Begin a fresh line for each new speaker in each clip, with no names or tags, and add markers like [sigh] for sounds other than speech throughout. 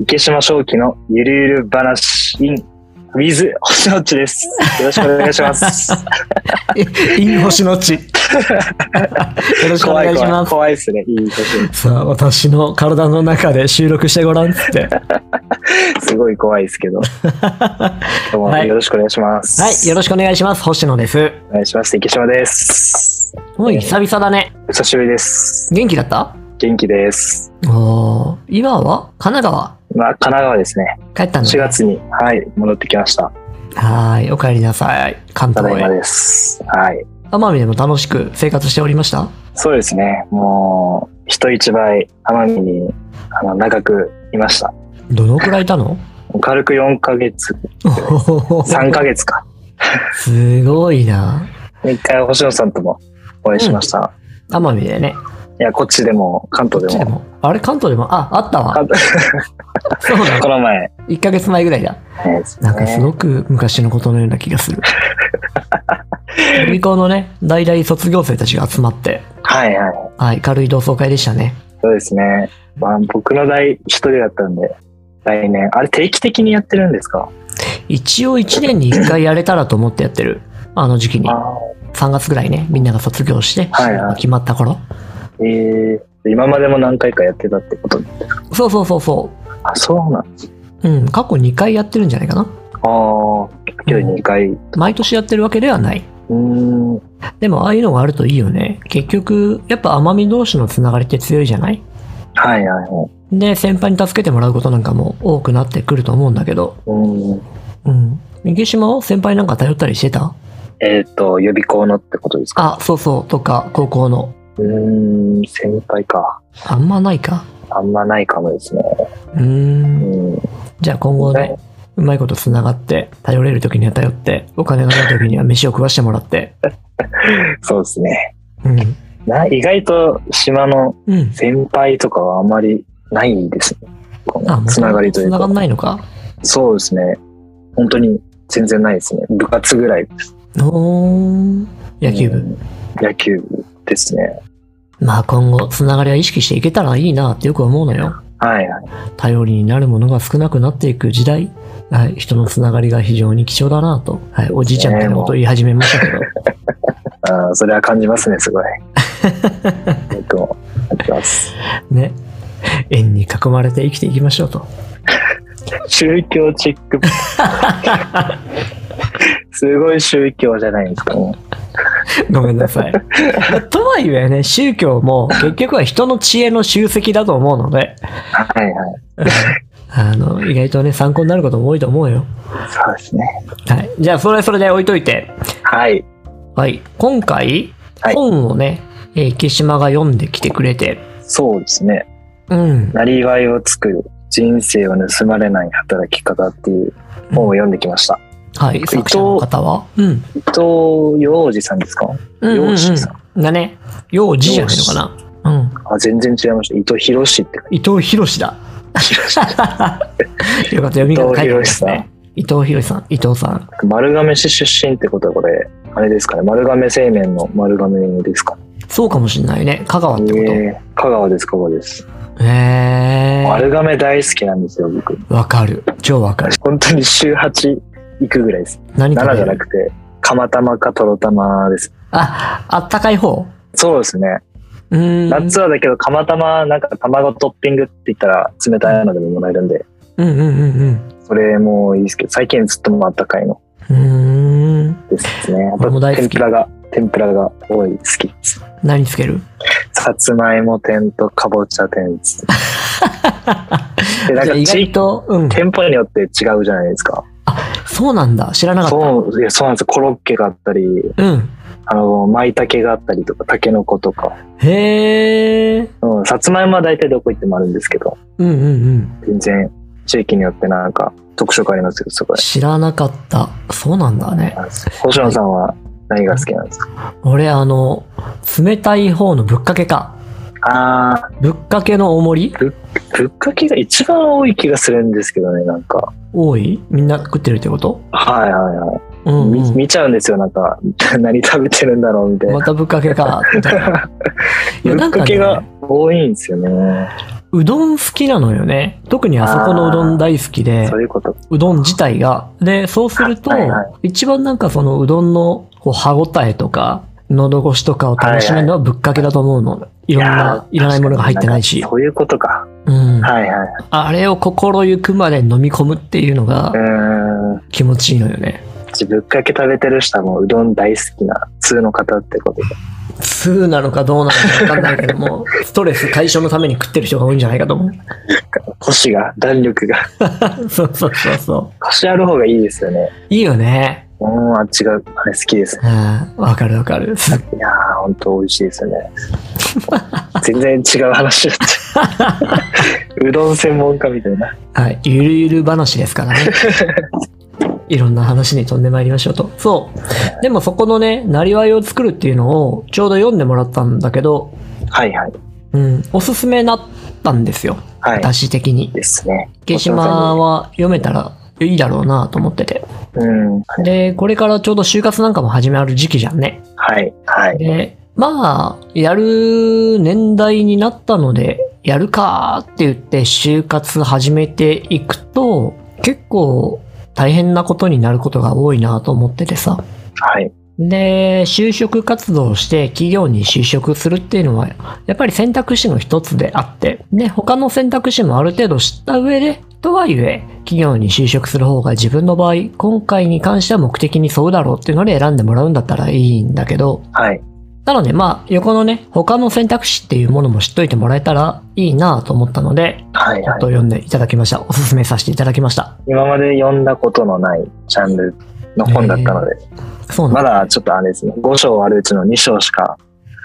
池島正輝のゆるゆる話 in with 星野っちです。よろしくお願いし
[laughs]
ます。
イン星のち。よろしくお
怖
願
い
いし
怖
ま
い
す。
怖いですね。いい年
さあ、私の体の中で収録してごらんっつ [laughs] って。
すごい怖いです
[laughs]
けど。どうも
はい
よろしくお願いします。
はい、よろ
し
しくお願いします。星野です。
くお願いします。池島です。
もう久々だね。
お久しぶりです。
元気だった
元気です。
おー、今は神奈川
まあ神奈川ですね。
帰ったの
4月にはい戻ってきました。
はーい、お帰りなさい。関
た
東
だいま
へ。
です。はい。
奄美でも楽しく生活しておりました
そうですね。もう人一倍奄美にあの長くいました。
どのくらいいた [laughs] の
軽く4ヶ月、
おー
3ヶ月か。
すごいな。
一回星野さんともお会いしました。
奄美でね。
いや、こっちでも、関
どっ
東
ち
で
で
も。
も。あれ、関東でもあ、あったわ。
関東
[laughs] そうだ。
この前、
1ヶ月前ぐらいだ。
ねですね
なんかすごく昔のことのような気がする。 [laughs] 予備校のね、大々卒業生たちが集まって、
はいはい。
はい、軽い同窓会でしたね。
そうですね。まあ、僕の代一人だったんで、来年。あれ、定期的にやってるんですか
一応1年に1回やれたらと思ってやってる。あの時期に。
あ
3月ぐらいね、みんなが卒業して、
はいはい
決まった頃。
ーえー、今までも何回かやってたってこと
そうそうそうそ
あ、そうなんです
う。うん、過去2回やってるんじゃないかな。
ああ、けど2回。う
毎年やってるわけではない。
ーん。
でも、ああいうのがあるといいよね。結局、やっぱ奄美同士のつながりって強いじゃない
はいはいはい。
で、先輩に助けてもらうことなんかも多くなってくると思うんだけど、
うーん。
うん。右島を先輩なんか頼ったりしてた
えっ、と、予備校のってことですか
あ、そうそう、とか、高校の。
うーん、先輩か。
あんまないか。
あんまないかもですね。
うー。
うんん。
じゃあ今後ね、うまいこと繋がって、頼れる時には頼って、お金がない時には飯を食わしてもらって。
そうですね。
うん。
な意外と島の
うん。
先輩とかはあまりないですね。こ
あ、
の
も
つながりという
繋が
か
ん。ないのか。
そうですね。本当に全然ないですね。部活ぐらいです。
おー。野球部。
うん野球部ですね。
まあ今後、繋がりは意識していけたらいいなってよく思うのよ。
はいはい。
頼りになるものが少なくなっていく時代、はい、人のつながりが非常に貴重だなと、はい、おじいちゃんみたいなことを言い始めましたけど、
あーそれは感じますね、す
[laughs]
ごい。僕も感じます。
ね、縁に囲まれて生きていきましょうと。
宗教チッ
[laughs]
ク。すごい宗教じゃないですか、ね。
ごめん
[laughs]
なさい。とはいえね、宗教も結局は人の知恵の集積だと思うので、
はいはい。
あの、意外とね、参考になることも多いと思うよ。
そうですね。
はい。じゃあ、それはそれで置いといて、
はい。
はい。今回、
はい
本をね、えー池島が読んできてくれて、
そうですね。
うん。
なりわいを作る人生を盗まれない働き方っていう本を読んできました。
はい、作者の方は、うん。
伊藤洋二さんですか
うんうんう
洋
ん
二さん。
だね。幼児じゃないのかな。うん。
あ、全然違いました。伊藤博士って
伊藤博
[laughs]
士だ。よかった、読み方書いてありますね。伊藤博士さん、伊藤さん。
丸亀市出身ってことはこれ、あれですかね。丸亀製麺の丸亀ですか。
そうかもしれないね。香川ってこ
えー香川です、香川です。
と。へえ。
丸亀大好きなんですよ、僕。
わかる。超わかる。
本当に週8行くぐらいです。
何食
7
べ
じゃな
る
くて、釜玉かとろ玉です。
あ、あったかい方
そうですね。
うーん。
夏はだけど、釜玉、なんか卵トッピングって言ったら冷たいのでももらえるんで、
うんうんうん
それもいいですけど、最近ずっともあったかいの
うん。うーん。
ですね。あ
俺も
と
大
天
好き
ぷらが、天ぷらが多い、好きです。
何つける
さつまいも天とかぼちゃ天です。で、なんか
じゃあ意
地
外
域、
と、うん。
店舗によって違うじゃないですか。
そうなんだ。知らなかっ
そう、いや、そうなんですよ。コロッケがあったり、
た。うん。
あの、舞茸があったりとか、タケノコとか。
へえ。
うん、さつまいもは大体どこ行ってもあるんですけど、
うんうんうん。
全然地域によってなんか特色ありますよ、そこで。
知らなかった。そうなんだね。
星野さんは何が好きなんですか、
俺あの冷たい方のぶっかけか
ああ、
ぶっかけの大盛り
ぶっかけが一番多い気がするんですけどね、なんか。
多いみんな食ってるってこと
はいはいはい。
うん、う
見
ん、
見ちゃうんですよ、なんか。 [laughs] 何食べてるんだろうみたいな [laughs]
ま。たぶっかけかみたいないや
ぶ
な
っ
んか
か
ね
けが多いんですよね。
うどん好きなのよね。特にあそこのうどん大好きで
そ、ういうこと。
うどん自体が。で、そうすると
はいは、
一番なんかそのうどんのこう歯ごたえとか、喉越しとかを楽しめるのはぶっかけだと思うの。いろんな、いらないものが入ってないし
やー確かにんか。そういうことか。
うん。
はいはい。
あれを心ゆくまで飲み込むっていうの
う
が
ーん。
気持ちいいのよね。
じゃあぶっかけ食べてる人はもううどん大好きな普通の方ってことか。
通なのかどうなのかわかんないけども、ストレス解消のために食ってる人が多いんじゃないかと思う。
腰が、弾力が。
そうそうそうそう。
腰ある方がいいですよね。
いいよね。
うん、あっちが、あれ好きですね。
うん。わかるわかる。すっ
いやー、ほんと美味しいですよね。 [laughs] 全然違う話だった。 [laughs] うどん専門家みたいな。
はい、ゆるゆる話ですからね。いろんな話に飛んでまいりましょうと。そう。でもそこのね、なりわいを作るっていうのをちょうど読んでもらったんだけど、
はいはい。
うん、おすすめなったんですよ。
はい。
私的に。
ですね。
竹島は読めたらいいだろうなと思ってて。
うん。はい
で、これからちょうど就活なんかも始まる時期じゃんね。
はい。はい。
で、まあ、やる年代になったので、やるかーって言って就活始めていくと、結構大変なことになることが多いなと思っててさ。
はい。
で、就職活動をして企業に就職するっていうのは、やっぱり選択肢の一つであって、で、他の選択肢もある程度知った上で、とはいえ、企業に就職する方が自分の場合、今回に関しては目的に沿うだろうっていうので選んでもらうんだったらいいんだけど、
はい。
なので、まあ、横のね、他の選択肢っていうものも知っといてもらえたらいいなと思ったので、
はい。
ちょっ
は
と
い。
読んでいただきました。おすすめさせていただきました。
今まで読んだことのないジャンルの本だったので、
そうな
ま
んだ。
だちょっとあれですね、5章あるうちの2章しか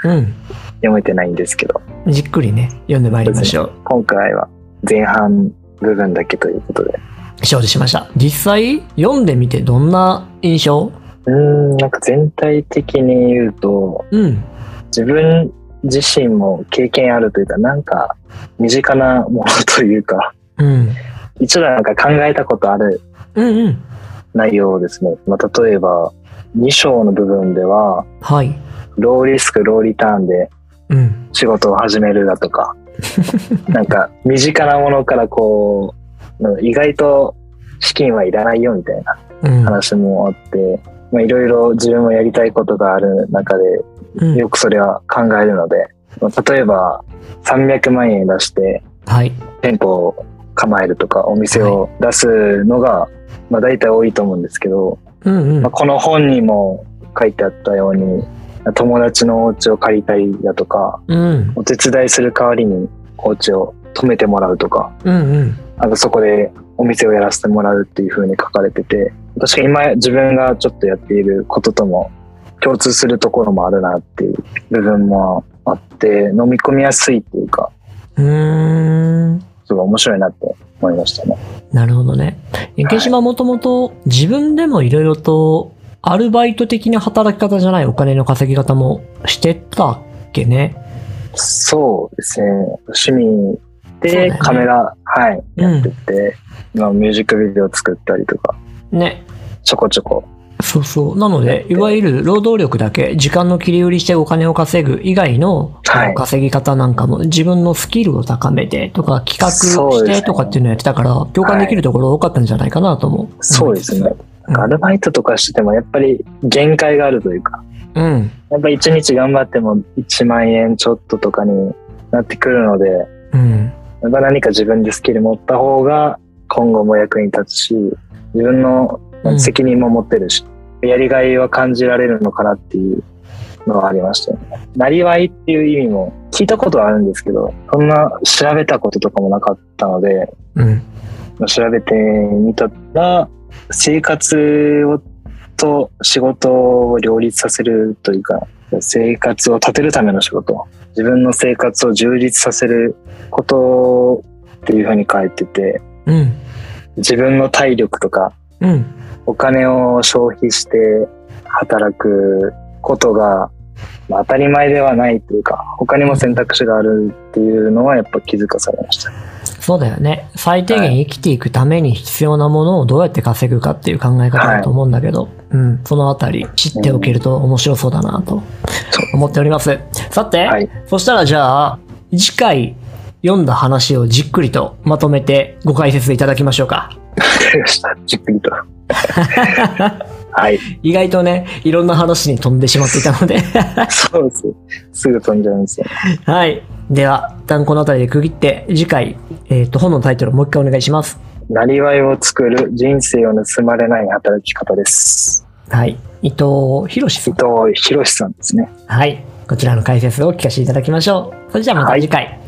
うん。
読めてないんですけど、
じっくりね、読んでまいりましょう。
今回は前半部分だけということで。
承知しました。実際、読んでみてどんな印象
うーん、なんか全体的に言うと、
うん。
自分自身も経験あるというか、なんか身近なものというか、
うん。
一度なんか考えたことある
うんうん。
内容ですね。まあ、例えば、2章の部分では、
はい。
ローリスク、ローリターンで
うん。
仕事を始めるだとか、なんか身近なものからこう、なんか意外と資金はいらないよみたいな
うん。
話もあって、まあ、いろいろ自分もやりたいことがある中で、
うん
よくそれは考えるので、まあ例えば300万円出して
はい。
店舗を構えるとかお店を出すのが、まあ大体多いと思うんですけど、
うんうん
まあ、。この本にも書いてあったように友達のお家を借りたりだとか
うん。
お手伝いする代わりにお家を泊めてもらうとか
うんうん。
あとそこでお店をやらせてもらうっていう風に書かれてて確かに今自分がちょっとやっていることとも共通するところもあるなっていう部分もあって飲み込みやすいっていうか
うーん。
すごい面白いなって思いましたね。
なるほどね。池島もともと自分でもいろいろとアルバイト的な働き方じゃないお金の稼ぎ方もしてたっけね。
そうですね趣味
そうだよ
で
ね
カメラ、はい
うん
やってて、今ミュージックビデオ作ったりとか
ね。
ちょこちょこ
そうそう。なので、いわゆる労働力だけ、時間の切り売りしてお金を稼ぐ以外の
はい
稼ぎ方なんかも自分のスキルを高めてとか企画
そう
し
ですね
てとかっていうのをやってたから、共感できるところ多かったんじゃないかなと思う。
そうですね。
うん
アルバイトとかしててもやっぱり限界があるというか
うん。
やっぱ一日頑張っても1万円ちょっととかになってくるので、
うん。
やっぱ何か自分でスキル持った方が今後も役に立つし、自分の
うん
責任も持ってるし、やりがいは感じられるのかなっていうのはありましたよね。なりわいっていう意味も聞いたことはあるんですけど、そんな調べたこととかもなかったので、
うん。
調べてみたら生活をと仕事を両立させるというか生活を立てるための仕事自分の生活を充実させることっていうふうに書いてて
うん。
自分の体力とか
うん。
お金を消費して働くことがまあ当たり前ではないというか他にも選択肢があるっていうのはやっぱ気づかされました。
そうだよね。最低限生きていくために必要なものをどうやって稼ぐかっていう考え方だと思うんだけど、うん、そのあたり知っておけると面白そうだなと思っております。さて、
はい
そしたらじゃあ、次回読んだ話をじっくりとまとめてご解説いただきましょうか。
わかりました。じっくりと。はい。
意外とね、いろんな話に飛んでしまっていた
[laughs]
ので。
そうです。すぐ飛んじゃうんですよ。
はい。では、一旦この辺りで区切って、次回、えっ、と、本のタイトルをもう一回お願いします。
なりわいを作る人生を盗まれない働き方です。
はい。伊藤博
伊
さん。
藤博さんですね。
はい。こちらの解説を聞かせていただきましょう。それじゃあまた次回。